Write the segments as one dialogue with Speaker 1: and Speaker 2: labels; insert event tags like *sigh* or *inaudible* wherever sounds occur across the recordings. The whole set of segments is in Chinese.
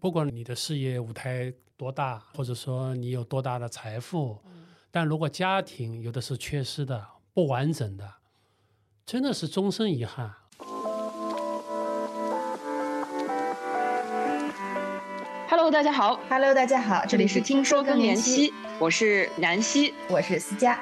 Speaker 1: 不管你的事业舞台多大，或者说你有多大的财富，但如果家庭有的是缺失的、不完整的，真的是终身遗憾。
Speaker 2: Hello，大家好，
Speaker 3: Hello，大家好，这里是听说嗯更年期，，
Speaker 2: 我是南希。
Speaker 3: 我是思佳。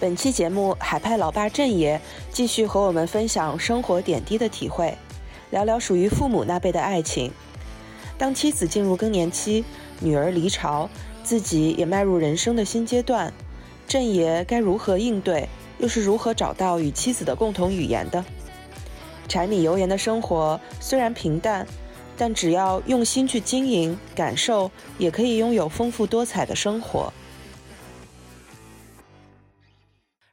Speaker 4: 本期节目，海派老爸郑爷继续和我们分享生活点滴的体会，聊聊属于父母那辈的爱情。当妻子进入更年期，女儿离巢，自己也迈入人生的新阶段，郑爷该如何应对，又是如何找到与妻子的共同语言的？柴米油盐的生活虽然平淡，但只要用心去经营、感受，也可以拥有丰富多彩的生活。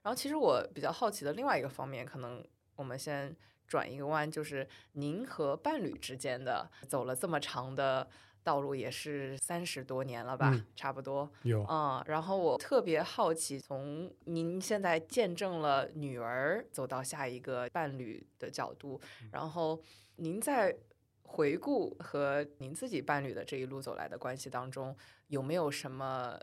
Speaker 5: 然后其实我比较好奇的另外一个方面，可能我们先转一个弯，就是您和伴侣之间的走了这么长的道路，也是三十多年了吧，
Speaker 1: 嗯
Speaker 5: 差不多。
Speaker 1: 有
Speaker 5: 嗯，然后我特别好奇，从您现在见证了女儿走到下一个伴侣的角度，
Speaker 1: 嗯
Speaker 5: 然后您在回顾和您自己伴侣的这一路走来的关系当中，有没有什么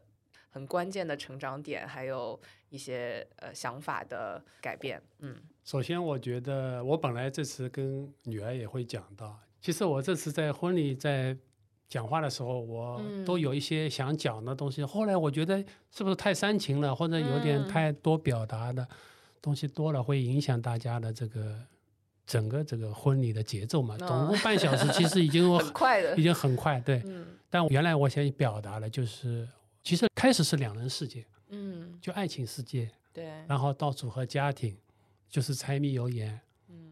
Speaker 5: 很关键的成长点，还有一些呃想法的改变？嗯
Speaker 1: 首先，我觉得我本来这次跟女儿也会讲到，其实我这次在婚礼在讲话的时候，我
Speaker 5: 嗯
Speaker 1: 都有一些想讲的东西。后来我觉得是不是太煽情了，或者有点
Speaker 5: 嗯
Speaker 1: 太多表达的东西多了，会影响大家的这个整个这个婚礼的节奏嘛？
Speaker 5: 嗯
Speaker 1: 总共半小时，其实已经
Speaker 5: 很快的
Speaker 1: 已经很快。对，
Speaker 5: 嗯
Speaker 1: 但原来我想表达的就是，其实开始是两人世界，
Speaker 5: 嗯，
Speaker 1: 就爱情世界，
Speaker 5: 对，
Speaker 1: 然后到组合家庭，就是柴米油盐。
Speaker 5: 嗯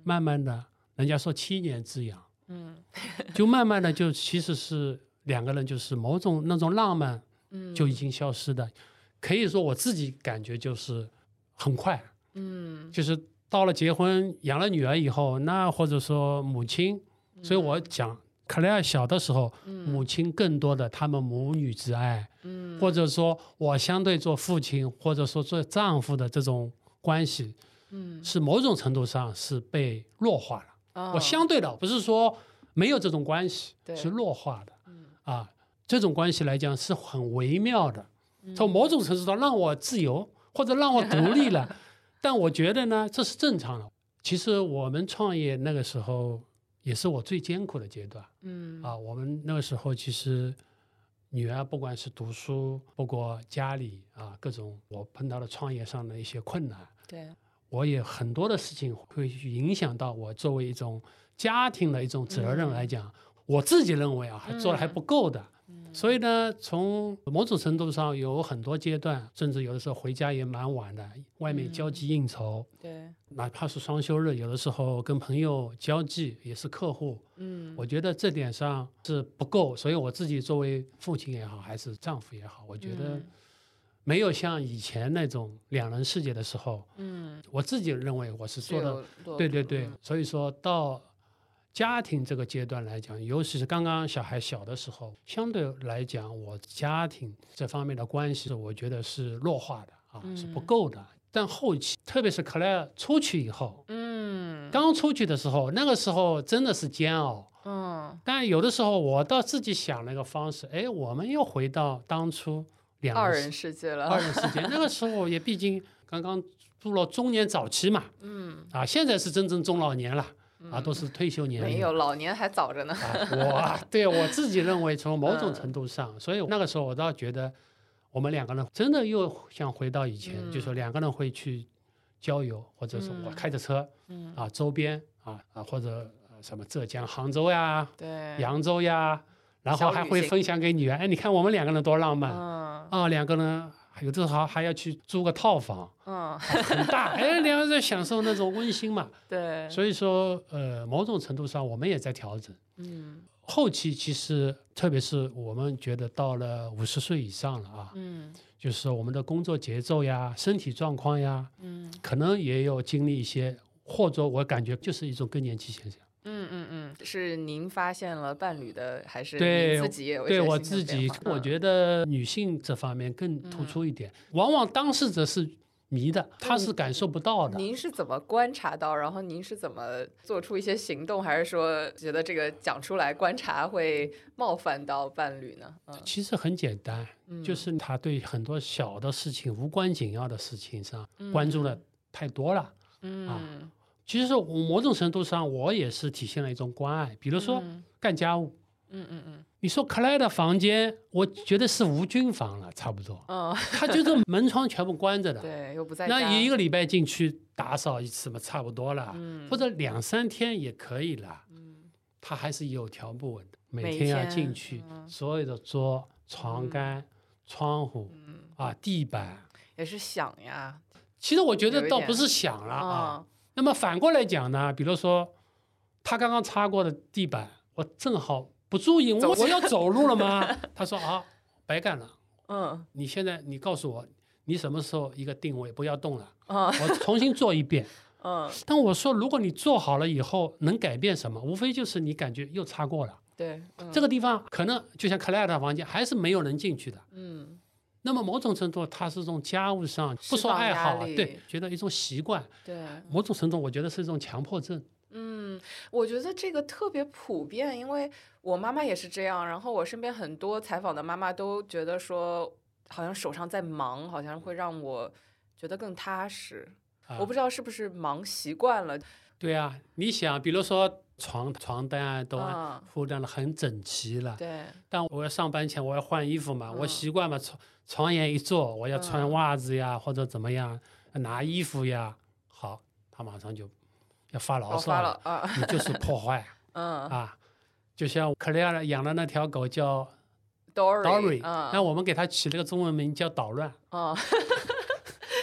Speaker 1: 慢慢的，人家说七年之痒，
Speaker 5: 嗯
Speaker 1: 就慢慢的就其实是两个人就是某种那种浪漫
Speaker 5: 嗯，
Speaker 1: 就已经消失的，可以说我自己感觉就是很快，
Speaker 5: 嗯，
Speaker 1: 就是到了结婚养了女儿以后，那或者说母亲，所以我讲克莱尔小的时候，母亲更多的他们母女之爱，
Speaker 5: 嗯
Speaker 1: 或者说我相对做父亲或者说做丈夫的这种关系，
Speaker 5: 嗯，
Speaker 1: 是某种程度上是被弱化了。我
Speaker 5: 我
Speaker 1: 相对的不是说没有这种关系，
Speaker 5: 嗯对
Speaker 1: 是弱化的
Speaker 5: 嗯
Speaker 1: 啊。这种关系来讲是很微妙的，
Speaker 5: 嗯
Speaker 1: 从某种程度上让我自由或者让我独立
Speaker 5: *laughs*
Speaker 1: 了，但我觉得呢，这是正常的。其实我们创业那个时候也是我最艰苦的阶段
Speaker 5: 嗯
Speaker 1: 啊。我们那个时候其实女儿不管是读书，包括家里啊各种我碰到了创业上的一些困难，
Speaker 5: 对，
Speaker 1: 我也很多的事情会去影响到我作为一种家庭的一种责
Speaker 5: 嗯
Speaker 1: 任来讲，我自己认为啊，还做的还不够的。
Speaker 5: 嗯
Speaker 1: 所以呢，从某种程度上有很多阶段，甚至有的时候回家也蛮晚的，外面交际应酬，
Speaker 5: 对，
Speaker 1: 哪怕是双休日，有的时候跟朋友交际也是客户，
Speaker 5: 嗯，
Speaker 1: 我觉得这点上是不够。所以我自己作为父亲也好，还是丈夫也好，我觉得
Speaker 5: 嗯
Speaker 1: 没有像以前那种两人世界的时候，
Speaker 5: 嗯
Speaker 1: 我自己认为我是
Speaker 5: 是
Speaker 1: 做的
Speaker 5: 有落
Speaker 1: 对对
Speaker 5: 土
Speaker 1: 对，所以说到家庭这个阶段来讲，尤其是刚刚小孩小的时候，相对来讲，我家庭这方面的关系，我觉得是弱化的啊，是不
Speaker 5: 嗯
Speaker 1: 够的。但后期，特别是克莱尔出去以后，
Speaker 5: 嗯
Speaker 1: 刚出去的时候，那个时候真的是煎熬。
Speaker 5: 嗯
Speaker 1: 但有的时候，我倒自己想了一个方式，哎，我们又回到当初两
Speaker 5: 二
Speaker 1: 人
Speaker 5: 人
Speaker 1: 世
Speaker 5: 世界
Speaker 1: 二
Speaker 5: 了，
Speaker 1: 人世界。那个时候也毕竟刚刚步入中年早期嘛，
Speaker 5: 嗯
Speaker 1: 啊，现在是真正中老年了啊，都是退休年龄。
Speaker 5: 没有老年还早着呢，
Speaker 1: 啊，我对我自己认为，从某种
Speaker 5: 嗯
Speaker 1: 程度上，所以那个时候我倒觉得，我们两个人真的又想回到以前，就
Speaker 5: 嗯
Speaker 1: 说两个人会去郊游，或者是我
Speaker 5: 嗯
Speaker 1: 开着车、
Speaker 5: 嗯
Speaker 1: 啊，周边啊啊，或者呃什么浙江杭州 *laughs* 呀、
Speaker 5: 对，
Speaker 1: 扬州呀，然后
Speaker 5: 小
Speaker 1: 还
Speaker 5: 旅
Speaker 1: 会
Speaker 5: 行
Speaker 1: 分享给女儿。哎，你看我们两个人多浪漫、
Speaker 5: 嗯
Speaker 1: 啊，两个人还有的时候还要去租个套房，
Speaker 5: 嗯
Speaker 1: 很大，哎，两个人在享受那种温馨嘛。
Speaker 5: 对，
Speaker 1: 所以说，呃，某种程度上我们也在调整。
Speaker 5: 嗯
Speaker 1: 后期其实，特别是我们觉得到了五十岁以上了啊，
Speaker 5: 嗯
Speaker 1: 就是我们的工作节奏呀、身体状况呀，
Speaker 5: 嗯
Speaker 1: 可能也有经历一些，或者我感觉就是一种更年期现象。
Speaker 5: 嗯嗯嗯，是您发现了伴侣的，还是
Speaker 1: 对
Speaker 5: 您自己也有一
Speaker 1: 对
Speaker 5: 些
Speaker 1: 我
Speaker 5: 新的
Speaker 1: 自
Speaker 5: 变
Speaker 1: 己
Speaker 5: 化，嗯
Speaker 1: 我觉得女性这方面更突出一点，往往当事者是迷
Speaker 5: 嗯
Speaker 1: 的，他是感受不到的。
Speaker 5: 您是怎么观察到？然后您是怎么做出一些行动？还是说觉得这个讲出来观察会冒犯到伴侣呢？嗯
Speaker 1: 其实很简单，
Speaker 5: 嗯
Speaker 1: 就是他对很多小的事情、无关紧要的事情上关注的太多了。啊
Speaker 5: 嗯，
Speaker 1: 其实我某种程度上，我也是体现了一种关爱。比如
Speaker 5: 就
Speaker 1: 说
Speaker 5: 嗯
Speaker 1: 干家务，
Speaker 5: 嗯嗯，
Speaker 1: 你说克莱的房间，我觉得是无菌房了，差不多
Speaker 5: 嗯，
Speaker 1: 他就是 *laughs* 门窗全部关着的。
Speaker 5: 对，又不在
Speaker 1: 那
Speaker 5: 家
Speaker 1: 一个礼拜进去打扫一次嘛，差不多了，
Speaker 5: 嗯
Speaker 1: 或者两三天也可以了。
Speaker 5: 嗯
Speaker 1: 他还是有条不紊的，
Speaker 5: 每
Speaker 1: 每天要
Speaker 5: 天
Speaker 1: 进去，
Speaker 5: 嗯
Speaker 1: 所有的桌、床杆、窗户
Speaker 5: 嗯，
Speaker 1: 啊、地板。
Speaker 5: 也是想呀
Speaker 1: 其实我觉
Speaker 5: 有
Speaker 1: 得
Speaker 5: 一
Speaker 1: 倒
Speaker 5: 点
Speaker 1: 不是想了啊。
Speaker 5: 嗯
Speaker 1: 那么反过来讲呢，比如说他刚刚擦过的地板，我正好不注意，
Speaker 5: 走
Speaker 1: 我我要走路了
Speaker 5: *laughs*
Speaker 1: 吗？他说啊，白干了。
Speaker 5: 嗯
Speaker 1: 你现在你告诉我，你什么时候一个定位不要动了，
Speaker 5: 嗯
Speaker 1: 我重新做一遍。
Speaker 5: 嗯，
Speaker 1: 但我说，如果你做好了以后能改变什么？无非就是你感觉又擦过了，
Speaker 5: 对，嗯
Speaker 1: 这
Speaker 5: 个
Speaker 1: 个地方可能就像克莱尔的房间还是没有人进去的。
Speaker 5: 嗯
Speaker 1: 那么某种程度，它是种家务上不
Speaker 5: 释
Speaker 1: 说
Speaker 5: 放
Speaker 1: 爱
Speaker 5: 压
Speaker 1: 好啊，
Speaker 5: 力
Speaker 1: 对，觉得一种习惯。
Speaker 5: 对，
Speaker 1: 某种程度，我觉得是一种强迫症。
Speaker 5: 嗯，我觉得这个特别普遍，因为我妈妈也是这样，然后我身边很多采访的妈妈都觉得说，好像手上在忙，好像会让我觉得更踏实。
Speaker 1: 啊
Speaker 5: 我不知道是不是忙习惯了，
Speaker 1: 对啊，你想，比如说床床单啊都
Speaker 5: 嗯
Speaker 1: 铺张的很整齐了，
Speaker 5: 对，
Speaker 1: 但我要上班前我要换衣服嘛，我
Speaker 5: 嗯
Speaker 1: 习惯嘛，床床沿一坐，我要穿
Speaker 5: 嗯
Speaker 1: 袜子呀、或者怎么样拿衣服呀，好，他马上就要发牢
Speaker 5: 爆
Speaker 1: 骚
Speaker 5: 发了啊，
Speaker 1: 你就是破坏
Speaker 5: *laughs* 嗯
Speaker 1: 啊！就像克莱尔养了那条狗叫 Dory，
Speaker 5: ，Dory，
Speaker 1: 那
Speaker 5: 嗯
Speaker 1: 我们给它起了个中文名叫捣乱。 *laughs*
Speaker 5: 嗯，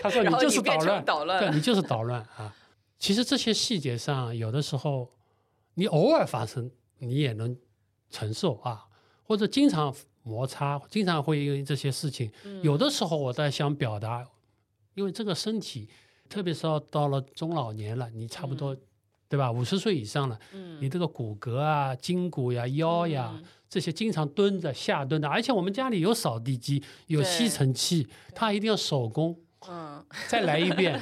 Speaker 1: 他说
Speaker 5: *laughs* 然后
Speaker 1: 就
Speaker 5: 你
Speaker 1: 是捣
Speaker 5: 变成
Speaker 1: 乱，
Speaker 5: 捣
Speaker 1: *laughs*
Speaker 5: 乱
Speaker 1: 对
Speaker 5: 了
Speaker 1: 你就是捣乱啊！其实这些细节上，有的时候你偶尔发生，你也能承受啊，或者经常摩擦，经常会因为这些事情。
Speaker 5: 嗯
Speaker 1: 有的时候我在想表达，因为这个身体，特别是到到了中老年了，你差不多、对吧？五十岁以上了，你
Speaker 5: 嗯，
Speaker 1: 这个骨骼啊、筋骨呀、腰呀、
Speaker 5: 嗯
Speaker 1: 这些，经常蹲着、下蹲的，而且我们家里有扫地机、有
Speaker 5: 对
Speaker 1: 吸尘器，它一定要手工。
Speaker 5: 嗯
Speaker 1: 再来一
Speaker 5: *laughs*
Speaker 1: 遍，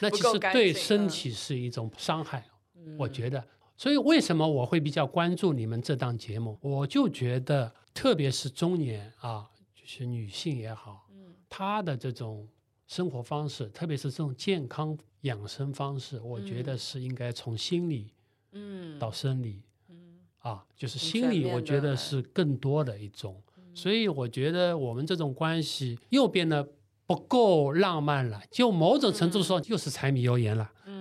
Speaker 1: 那
Speaker 5: 不
Speaker 1: 其
Speaker 5: 够
Speaker 1: 实
Speaker 5: 干
Speaker 1: 对
Speaker 5: 净
Speaker 1: 身
Speaker 5: 嗯
Speaker 1: 体是一种伤害，
Speaker 5: 嗯，
Speaker 1: 我觉得。所以为什么我会比较关注你们这档节目？我就觉得，特别是中年啊，就是女性也好，
Speaker 5: 嗯
Speaker 1: 她的这种生活方式，特别是这种健康养生方式，我觉得
Speaker 5: 嗯
Speaker 1: 是应该从心理
Speaker 5: 嗯，
Speaker 1: 到生理
Speaker 5: 嗯
Speaker 1: 啊，就是
Speaker 5: 很
Speaker 1: 心
Speaker 5: 全
Speaker 1: 理，
Speaker 5: 面
Speaker 1: 我
Speaker 5: 的嗯
Speaker 1: 觉
Speaker 5: 来
Speaker 1: 得是更多的一种。所以我觉得我们这种关系又变得不够浪漫了，就某种程度说又是柴米油盐了。
Speaker 5: 嗯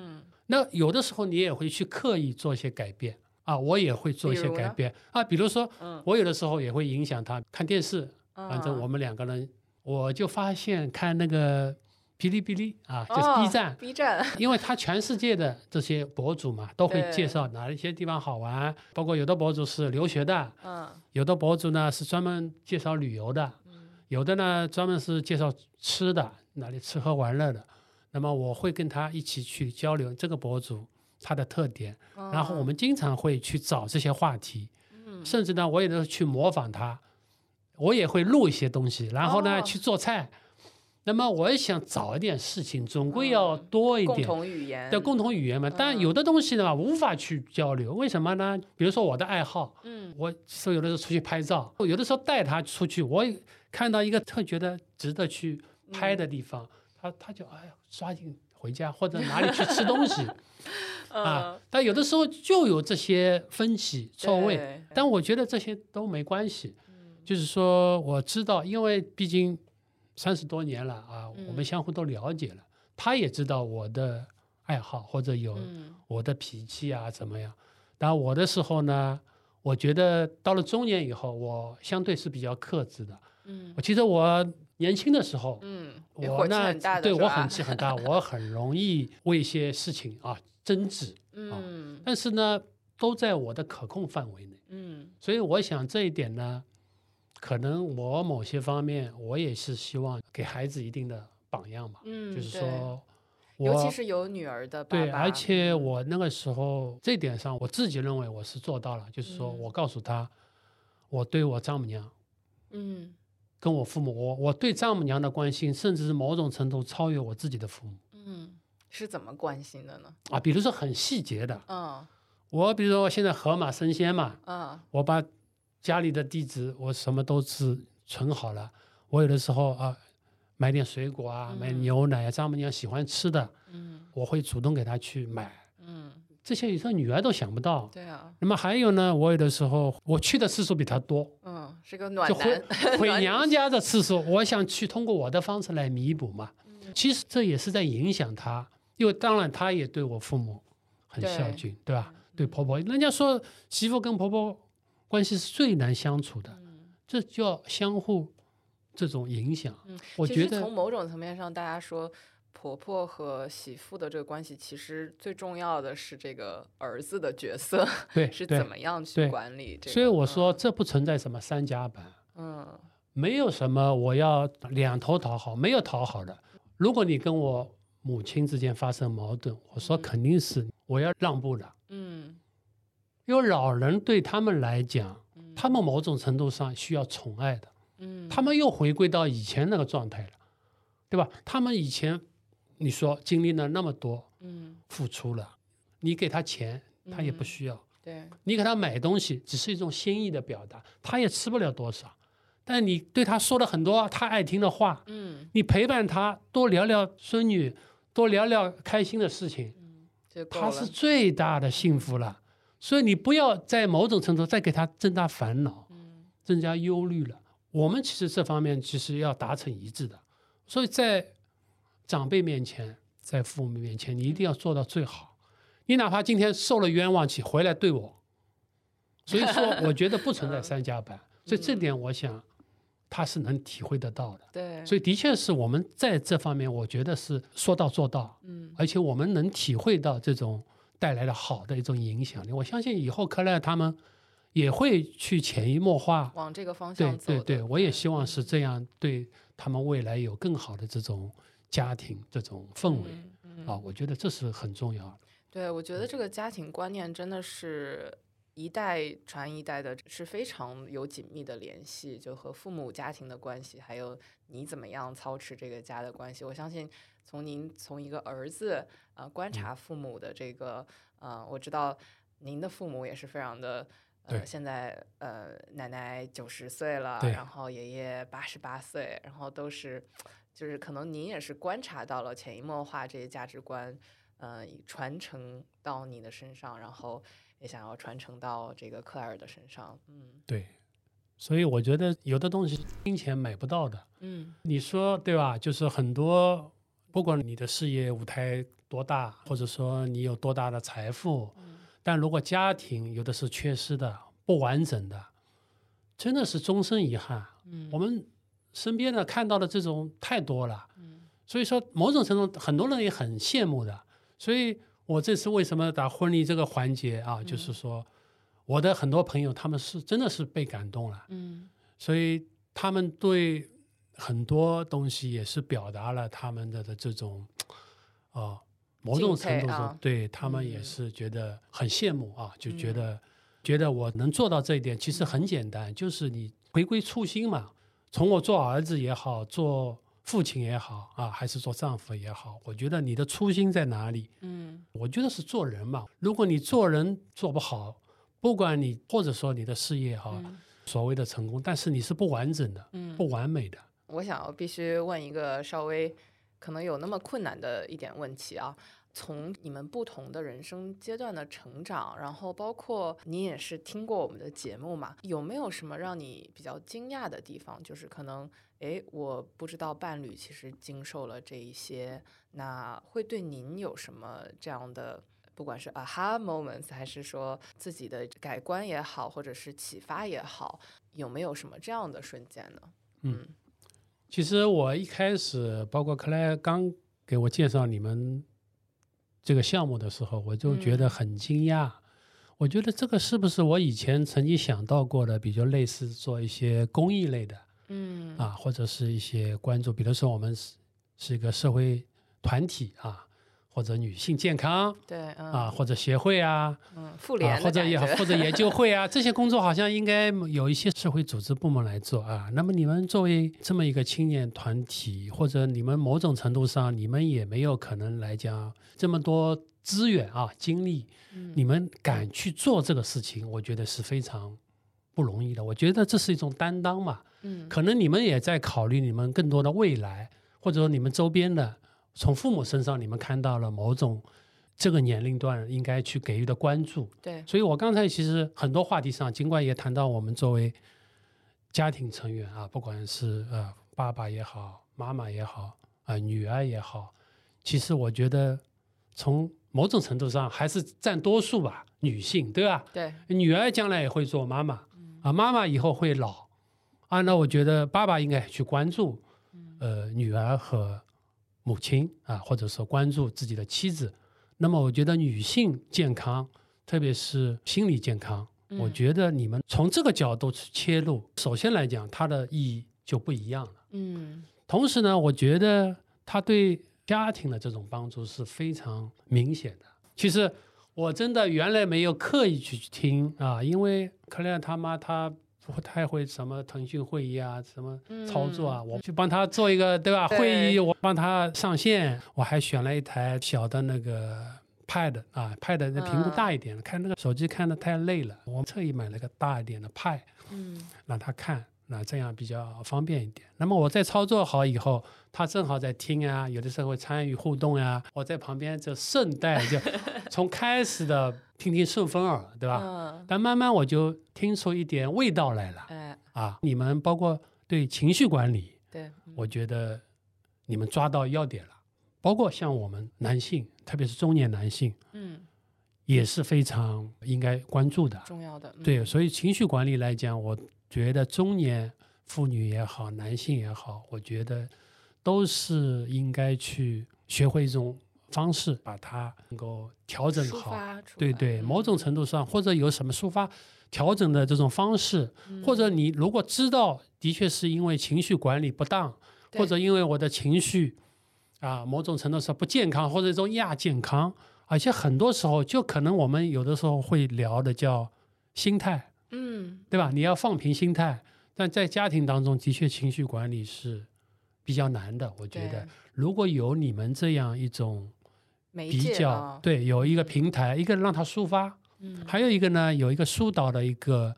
Speaker 1: 那有的时候你也会去刻意做一些改变啊，我也会做一
Speaker 5: 比
Speaker 1: 些
Speaker 5: 如呢
Speaker 1: 改变啊，比如说
Speaker 5: 嗯，
Speaker 1: 我有的时候也会影响他看电视，反正我
Speaker 5: 们
Speaker 1: 们两个人，我就发现看那个哔哩哔哩啊，就是
Speaker 5: 哦
Speaker 1: B 站。
Speaker 5: B 站，
Speaker 1: 因为他全世界的这些博主嘛，都会
Speaker 5: 对
Speaker 1: 介绍哪一些地方好玩，包括有的博主是留学的，
Speaker 5: 嗯
Speaker 1: 有的博主呢是专门介绍旅游的，有的呢专门是介绍吃的，哪里吃喝玩乐的。那么我会跟他一起去交流这个博主他的特点，然后我们经常会去找这些话题，
Speaker 5: 哦嗯
Speaker 1: 甚至呢我也都去模仿他，我也会录一些东西，然后呢、
Speaker 5: 哦
Speaker 1: 去做菜。那么我也想找一点事情，总归
Speaker 5: 嗯
Speaker 1: 要多一
Speaker 5: 共
Speaker 1: 点。
Speaker 5: 同语言
Speaker 1: 的共同语言嘛，但
Speaker 5: 嗯
Speaker 1: 有的东西呢无法去交流，为什么呢？比如说我的爱好，
Speaker 5: 嗯
Speaker 1: 我是有的时候出去拍照，我有的时候带他出去，我也看到一个特觉得值得去拍的地
Speaker 5: 嗯
Speaker 1: 方，他他就哎呀抓紧回家或者哪里去吃东
Speaker 5: *laughs*
Speaker 1: 西
Speaker 5: 嗯
Speaker 1: 啊。但有的时候就有这些分歧错位，
Speaker 5: 对
Speaker 1: 但我觉得这些都没关系。
Speaker 5: 嗯
Speaker 1: 就是说，我知道，因为毕竟三十多年了啊，我
Speaker 5: 嗯
Speaker 1: 们相互都了解了，他也知道我的爱好或者有
Speaker 5: 嗯
Speaker 1: 我的脾气啊怎么样。但我的时候呢，我觉得到了中年以后，我相对是比较克制的。
Speaker 5: 嗯
Speaker 1: 我记得我年轻的时候，
Speaker 5: 嗯，你
Speaker 1: 我
Speaker 5: 火气
Speaker 1: 那
Speaker 5: 很大的
Speaker 1: 对
Speaker 5: 是
Speaker 1: 我
Speaker 5: 吧
Speaker 1: 很气很大，我很容易为一些事情啊争执，
Speaker 5: 嗯
Speaker 1: 但是呢，都在我的可控范围内。
Speaker 5: 嗯
Speaker 1: 所以我想这一点呢，可能我某些方面我也是希望给孩子一定的榜样嘛，
Speaker 5: 嗯，
Speaker 1: 就是
Speaker 5: 对，
Speaker 1: 说我，
Speaker 5: 尤其是有女儿的爸
Speaker 1: 对，
Speaker 5: 爸，嗯
Speaker 1: 而且我那个时候这点上，我自己认为我是做到了，就是说
Speaker 5: 嗯
Speaker 1: 我告诉他，我对我丈母娘
Speaker 5: 嗯
Speaker 1: 跟我父母，我我对丈母娘的关心，甚至是某种程度超越我自己的父母
Speaker 5: 嗯，是怎么关心的呢？
Speaker 1: 啊。比如说很细节的，
Speaker 5: 嗯
Speaker 1: 我比如说我现在盒马生鲜嘛，
Speaker 5: 嗯
Speaker 1: 我把家里的地址我什么都是存好了。我有的时候啊，买点水果啊，买
Speaker 5: 嗯
Speaker 1: 牛奶啊，丈母娘喜欢吃的，
Speaker 5: 嗯
Speaker 1: 我会主动给她去买。
Speaker 5: 嗯，
Speaker 1: 这些有时候女儿都想不到。
Speaker 5: 对啊，
Speaker 1: 那么还有呢，我有的时候我去的次数比她多，
Speaker 5: 嗯， *laughs* 是个暖
Speaker 1: 就回
Speaker 5: 男，
Speaker 1: 回娘家的次数，我想去通过我的方式来弥补嘛。
Speaker 5: 嗯
Speaker 1: 其实这也是在影响她，因为当然她也对我父母很孝
Speaker 5: 对嗯
Speaker 1: 敬，对吧？对婆婆，人家说媳妇跟婆婆关系是最难相处的，
Speaker 5: 嗯
Speaker 1: 这叫相互这种影响。
Speaker 5: 嗯
Speaker 1: 我
Speaker 5: 其
Speaker 1: 觉
Speaker 5: 实
Speaker 1: 得
Speaker 5: 从某种层面上，大家说婆婆和媳妇的这个关系，其实最重要的是这个儿子的角色
Speaker 1: 对
Speaker 5: 是
Speaker 1: 对
Speaker 5: 怎么样去
Speaker 1: 对
Speaker 5: 管理这个。
Speaker 1: 所以我说，这不存在什么三家版，
Speaker 5: 嗯
Speaker 1: 没有什么我要两头讨好，没有讨好的。如果你跟我母亲之间发生矛盾，我说
Speaker 5: 嗯
Speaker 1: 肯定是我要让步的，
Speaker 5: 嗯
Speaker 1: 因为老人对他们来讲，
Speaker 5: 嗯，
Speaker 1: 他们某种程度上需要宠爱的，
Speaker 5: 嗯
Speaker 1: 他们又回归到以前那个状态了，对吧？他们以前你说经历了那么多，
Speaker 5: 嗯
Speaker 1: 付出了，你给他钱，他也不
Speaker 5: 嗯
Speaker 1: 需要。
Speaker 5: 对
Speaker 1: 你给他买东西只是一种心意的表达，他也吃不了多少。但你对他说了很多他爱听的话，
Speaker 5: 嗯
Speaker 1: 你陪伴他多聊聊孙女，多聊聊开心的事情，
Speaker 5: 就够
Speaker 1: 他是
Speaker 5: 了。
Speaker 1: 最大的幸福了。所以你不要在某种程度再给他增加烦恼，
Speaker 5: 嗯
Speaker 1: 增加忧虑了。我们其实这方面其实要达成一致的，所以在长辈面前，在父母面前，你一定要做到最好。你哪怕今天受了冤枉气，回来对我，所以说我觉得不存在三
Speaker 5: *laughs*
Speaker 1: 家版，所以
Speaker 5: 嗯
Speaker 1: 这点我想他是能体会得到的。
Speaker 5: 对，
Speaker 1: 所
Speaker 5: 以
Speaker 1: 以的确是我们在这方面，我觉得是说到做到，
Speaker 5: 嗯
Speaker 1: 而且我们能体会到这种带来的好的一种影响力。我相信以后克莱尔他们也会去潜移默化，
Speaker 5: 往这个方
Speaker 1: 对
Speaker 5: 向走
Speaker 1: 对
Speaker 5: 的。
Speaker 1: 对，我也希望是
Speaker 5: 嗯
Speaker 1: 这样，对他们未来有更好的这种家庭这种氛围
Speaker 5: 嗯嗯
Speaker 1: 啊，我觉得这是很重要的。
Speaker 5: 对，我觉得这个家庭观念真的是一代传一代的，是非常有紧密的联系，就和父母家庭的关系，还有你怎么样操持这个家的关系。我相信从您从一个儿子啊、呃观察父母的这个，呃，我知道您的父母也是非常的。呃，
Speaker 1: 对
Speaker 5: 现在呃，奶奶九十岁了，
Speaker 1: 对
Speaker 5: 然后爷爷八十八岁，然后都是，就是可能您也是观察到了潜移默化这些价值观，呃，传承到你的身上，然后也想要传承到这个克莱尔的身上。嗯
Speaker 1: 对，所以我觉得有的东西金钱买不到的，
Speaker 5: 嗯
Speaker 1: 你说对吧？就是很多，不管你的事业舞台多大，或者说你有多大的财富，但如果家庭有的是缺失的、不完整的，真的是终身遗憾。
Speaker 5: 嗯
Speaker 1: 我们身边的看到的这种太多了，
Speaker 5: 嗯
Speaker 1: 所以说某种程度很多人也很羡慕的。所以我这次为什么打婚礼这个环节啊，
Speaker 5: 嗯
Speaker 1: 就是说我的很多朋友他们是真的是被感动了。
Speaker 5: 嗯
Speaker 1: 所以他们对很多东西也是表达了他们的的这种，呃，某种程度
Speaker 5: 敬佩
Speaker 1: 上、
Speaker 5: 啊
Speaker 1: 对他们也
Speaker 5: 嗯
Speaker 1: 是觉得很羡慕啊，就觉
Speaker 5: 嗯
Speaker 1: 得、觉得我能做到这一点，其实很简单，就是你回归初心嘛。从我做儿子也好，做父亲也好啊，还是做丈夫也好，我觉得你的初心在哪里，
Speaker 5: 嗯
Speaker 1: 我觉得是做人嘛。如果你做人做不好，不管你或者说你的事业哈、
Speaker 5: 嗯
Speaker 1: 所谓的成功，但是你是不完整的、
Speaker 5: 嗯，
Speaker 1: 啊不完美的。
Speaker 5: 我想要必须问一个稍微可能有那么困难的一点问题啊。从你们不同的人生阶段的成长，然后包括你也是听过我们的节目嘛，有没有什么让你比较惊讶的地方？就是可能，诶，我不知道伴侣其实经受了这一些，那会对您有什么这样的，不管是 aha moments，还是说自己的改观也好，或者是启发也好，有没有什么这样的瞬间呢？
Speaker 1: 嗯其实我一开始，包括克莱刚给我介绍你们这个项目的时候，我就觉得
Speaker 5: 嗯
Speaker 1: 很惊讶。我觉得这个是不是我以前曾经想到过的，比较类似做一些公益类的
Speaker 5: 嗯
Speaker 1: 啊，或者是一些关注，比如说我们是是一个社会团体啊，或者女性健康
Speaker 5: 对，嗯
Speaker 1: 啊，或者协会啊，
Speaker 5: 嗯，妇
Speaker 1: 啊，
Speaker 5: 联
Speaker 1: 或
Speaker 5: 的
Speaker 1: 者
Speaker 5: 感
Speaker 1: 也
Speaker 5: 觉
Speaker 1: 或者
Speaker 5: *laughs*
Speaker 1: 研究会啊，这些工作好像应该有一些社会组织部门来做啊。那么你们作为这么一个青年团体，或者你们某种程度上，你们也没有可能来讲这么多资源啊、精力，你们敢去做这个事情，我觉得是非常不容易的。我觉得这是一种担当嘛。
Speaker 5: 嗯
Speaker 1: 可能你们也在考虑你们更多的未来，或者说你们周边的，从父母身上你们看到了某种这个年龄段应该去给予的关注。
Speaker 5: 对，
Speaker 1: 所以我刚才其实很多话题上，尽管也谈到我们作为家庭成员啊，不管是呃爸爸也好，妈妈也好，啊、女儿也好，其实我觉得从某种程度上还是占多数吧，女性对吧？
Speaker 5: 对，
Speaker 1: 女儿将来也会做妈妈，啊，妈妈以后会老，啊，那我觉得爸爸应该去关注，呃，女儿和母亲啊，或者说关注自己的妻子。那么，我觉得女性健康，特别是心理健康，我
Speaker 5: 嗯
Speaker 1: 觉得你们从这个角度去切入，首先来讲，它的意义就不一样了。
Speaker 5: 嗯
Speaker 1: 同时呢，我觉得他对家庭的这种帮助是非常明显的。其实我真的原来没有刻意去听啊，因为克莱尔他妈她不太会什么腾讯会议啊，什么操作啊，我去帮他做一个对吧？
Speaker 5: 嗯对
Speaker 1: 会议我帮他上线，我还选了一台小的那个 Pad 啊，Pad 那屏幕
Speaker 5: 嗯
Speaker 1: 大一点，看那个手机看的太累了，我特意买了个大一点的 Pad。
Speaker 5: 嗯
Speaker 1: 让他看，那这样比较方便一点。那么我在操作好以后，他正好在听啊，有的时候会参与互动呀、我在旁边就顺带就从开始的听听顺风耳，对吧？
Speaker 5: 嗯，
Speaker 1: 但慢慢我就听出一点味道来了
Speaker 5: 哎，
Speaker 1: 啊！你们包括对情绪管理，
Speaker 5: 对，
Speaker 1: 我觉得你们抓到要点了。包括像我们男性，特别是中年男性，
Speaker 5: 嗯，
Speaker 1: 也是非常应该关注的。
Speaker 5: 重要的，嗯
Speaker 1: 对，所以情绪管理来讲，我觉得中年妇女也好，男性也好，我觉得都是应该去学会一种方式，把它能够调整
Speaker 5: 抒
Speaker 1: 好。
Speaker 5: 发出
Speaker 1: 对
Speaker 5: 来
Speaker 1: 对，
Speaker 5: 嗯
Speaker 1: 某种程度上，或者有什么抒发、调整的这种方式，
Speaker 5: 嗯
Speaker 1: 或者你如果知道的确是因为情绪管理不当，或
Speaker 5: 对
Speaker 1: 者因为我的情绪啊某种程度上不健康，或者一种亚健康，而且很多时候就可能我们有的时候会聊的叫心态，
Speaker 5: 嗯
Speaker 1: 对吧？你要放平心态，但在家庭当中的确情绪管理是比较难的，我觉得
Speaker 5: 对
Speaker 1: 如果有你们这样一种。
Speaker 5: 媒
Speaker 1: 比
Speaker 5: 介
Speaker 1: 较
Speaker 5: 啊，
Speaker 1: 对，有一个平台，一个让他抒发，
Speaker 5: 嗯
Speaker 1: 还有一个呢，有一个疏导的一个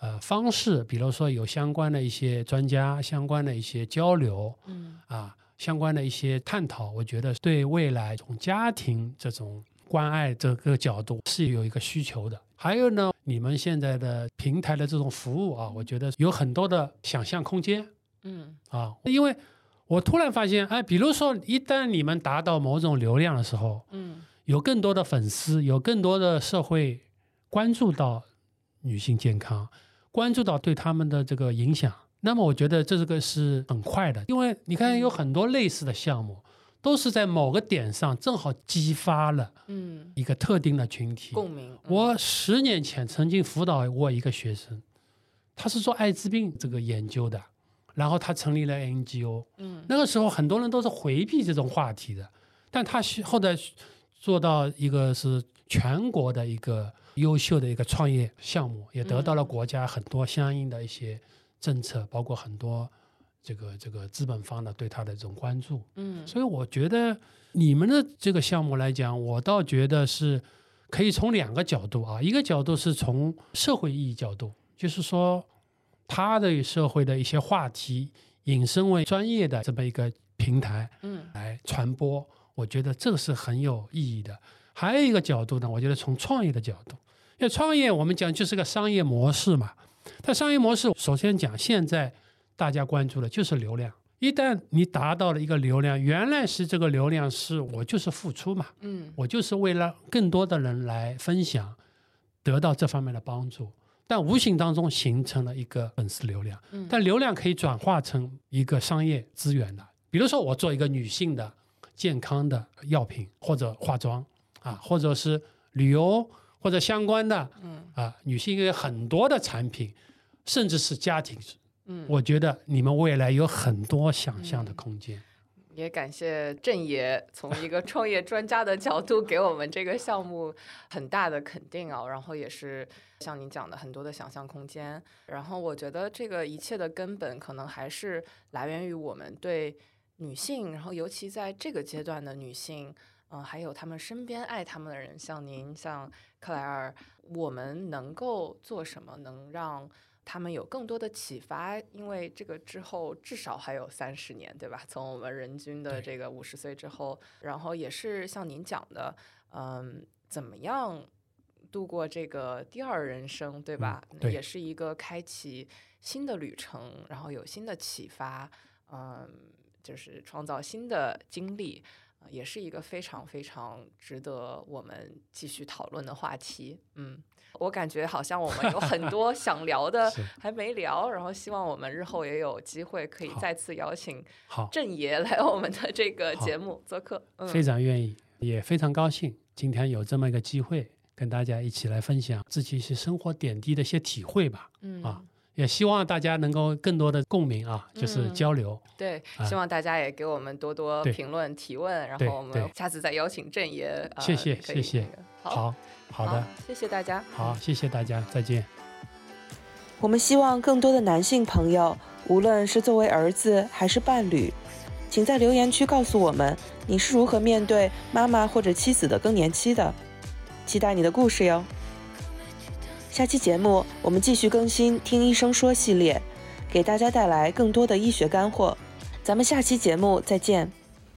Speaker 1: 呃方式，比如说有相关的一些专家、相关的一些交流
Speaker 5: 嗯
Speaker 1: 啊，相关的一些探讨，我觉得对未来从家庭这种关爱这个角度是有一个需求的。还有呢，你们现在的平台的这种服务啊，我觉得有很多的想象空间。
Speaker 5: 嗯
Speaker 1: 啊，因为我突然发现，哎，比如说，一旦你们达到某种流量的时候，
Speaker 5: 嗯
Speaker 1: 有更多的粉丝，有更多的社会关注到女性健康，关注到对他们的这个影响，那么我觉得这个是很快的，因为你看有很多类似的项目，都是在某个点上正好激发了
Speaker 5: 嗯，
Speaker 1: 一个特定的群体，
Speaker 5: 共鸣，嗯
Speaker 1: 我十年前曾经辅导过一个学生，他是做艾滋病这个研究的，然后他成立了 NGO。
Speaker 5: 嗯
Speaker 1: 那个时候很多人都是回避这种话题的，但他是后来做到一个是全国的一个优秀的一个创业项目，也得到了国家很多相应的一些政策，包括很多这个这个资本方的对他的这种关注。
Speaker 5: 嗯
Speaker 1: 所以我觉得你们的这个项目来讲，我倒觉得是可以从两个角度啊，一个角度是从社会意义角度，就是说它对社会的一些话题引申为专业的这么一个平台
Speaker 5: 嗯
Speaker 1: 来传播，我觉得这个是很有意义的。还有一个角度呢，我觉得从创业的角度，因为创业我们讲就是个商业模式嘛，但商业模式首先讲现在大家关注的就是流量。一旦你达到了一个流量，原来是这个流量是我就是付出嘛，
Speaker 5: 嗯
Speaker 1: 我就是为了更多的人来分享，得到这方面的帮助。但无形当中形成了一个粉丝流量，
Speaker 5: 嗯
Speaker 1: 但流量可以转化成一个商业资源的。比如说，我做一个女性的健康的药品或者化妆啊，或者是旅游或者相关的
Speaker 5: 嗯
Speaker 1: 啊，女性有很多的产品，甚至是家庭。
Speaker 5: 嗯，
Speaker 1: 我觉得你们未来有很多想象的空间。
Speaker 5: 也感谢郑爷从一个创业专家的角度给我们这个项目很大的肯定啊，然后也是像您讲的很多的想象空间。然后我觉得这个一切的根本可能还是来源于我们对女性，然后尤其在这个阶段的女性，嗯、还有她们身边爱她们的人，像您，像克莱尔，我们能够做什么能让？他们有更多的启发，因为这个之后至少还有三十年，对吧？从我们人均的
Speaker 1: 对
Speaker 5: 这个五十岁之后，然后也是像您讲的，嗯，怎么样度过这个第二人生，对吧？
Speaker 1: 嗯对
Speaker 5: 也是一个开启新的旅程，然后有新的启发，嗯，就是创造新的经历。呃也是一个非常非常值得我们继续讨论的话题。嗯，我感觉好像我们有很多想聊的
Speaker 1: 是
Speaker 5: 还没聊，然后希望我们日后也有机会可以
Speaker 1: 好
Speaker 5: 再次邀请
Speaker 1: 好，
Speaker 5: 郑爷来我们的这个
Speaker 1: 好
Speaker 5: 节目做客。嗯，
Speaker 1: 非常愿意，也非常高兴今天有这么一个机会跟大家一起来分享自己一些生活点滴的一些体会吧。
Speaker 5: 嗯
Speaker 1: 啊也希望大家能够更多的共鸣啊，就是
Speaker 5: 嗯
Speaker 1: 交流。
Speaker 5: 对，
Speaker 1: 啊
Speaker 5: 希望大家也给我们多多
Speaker 1: 对
Speaker 5: 评论提问，然
Speaker 1: 对
Speaker 5: 后我们
Speaker 1: 对
Speaker 5: 下次再邀请郑爷。呃
Speaker 1: 谢谢
Speaker 5: 可
Speaker 1: 谢
Speaker 5: 以
Speaker 1: 谢
Speaker 5: 那个好
Speaker 1: 好，好的，，
Speaker 5: 谢谢大家。嗯
Speaker 1: 好，谢谢大家，再见。
Speaker 4: 我们希望更多的男性朋友，无论是作为儿子还是伴侣，请在留言区告诉我们你是如何面对妈妈或者妻子的更年期的。期待你的故事哟。下期节目我们继续更新“听医生说”系列，给大家带来更多的医学干货。咱们下期节目再见。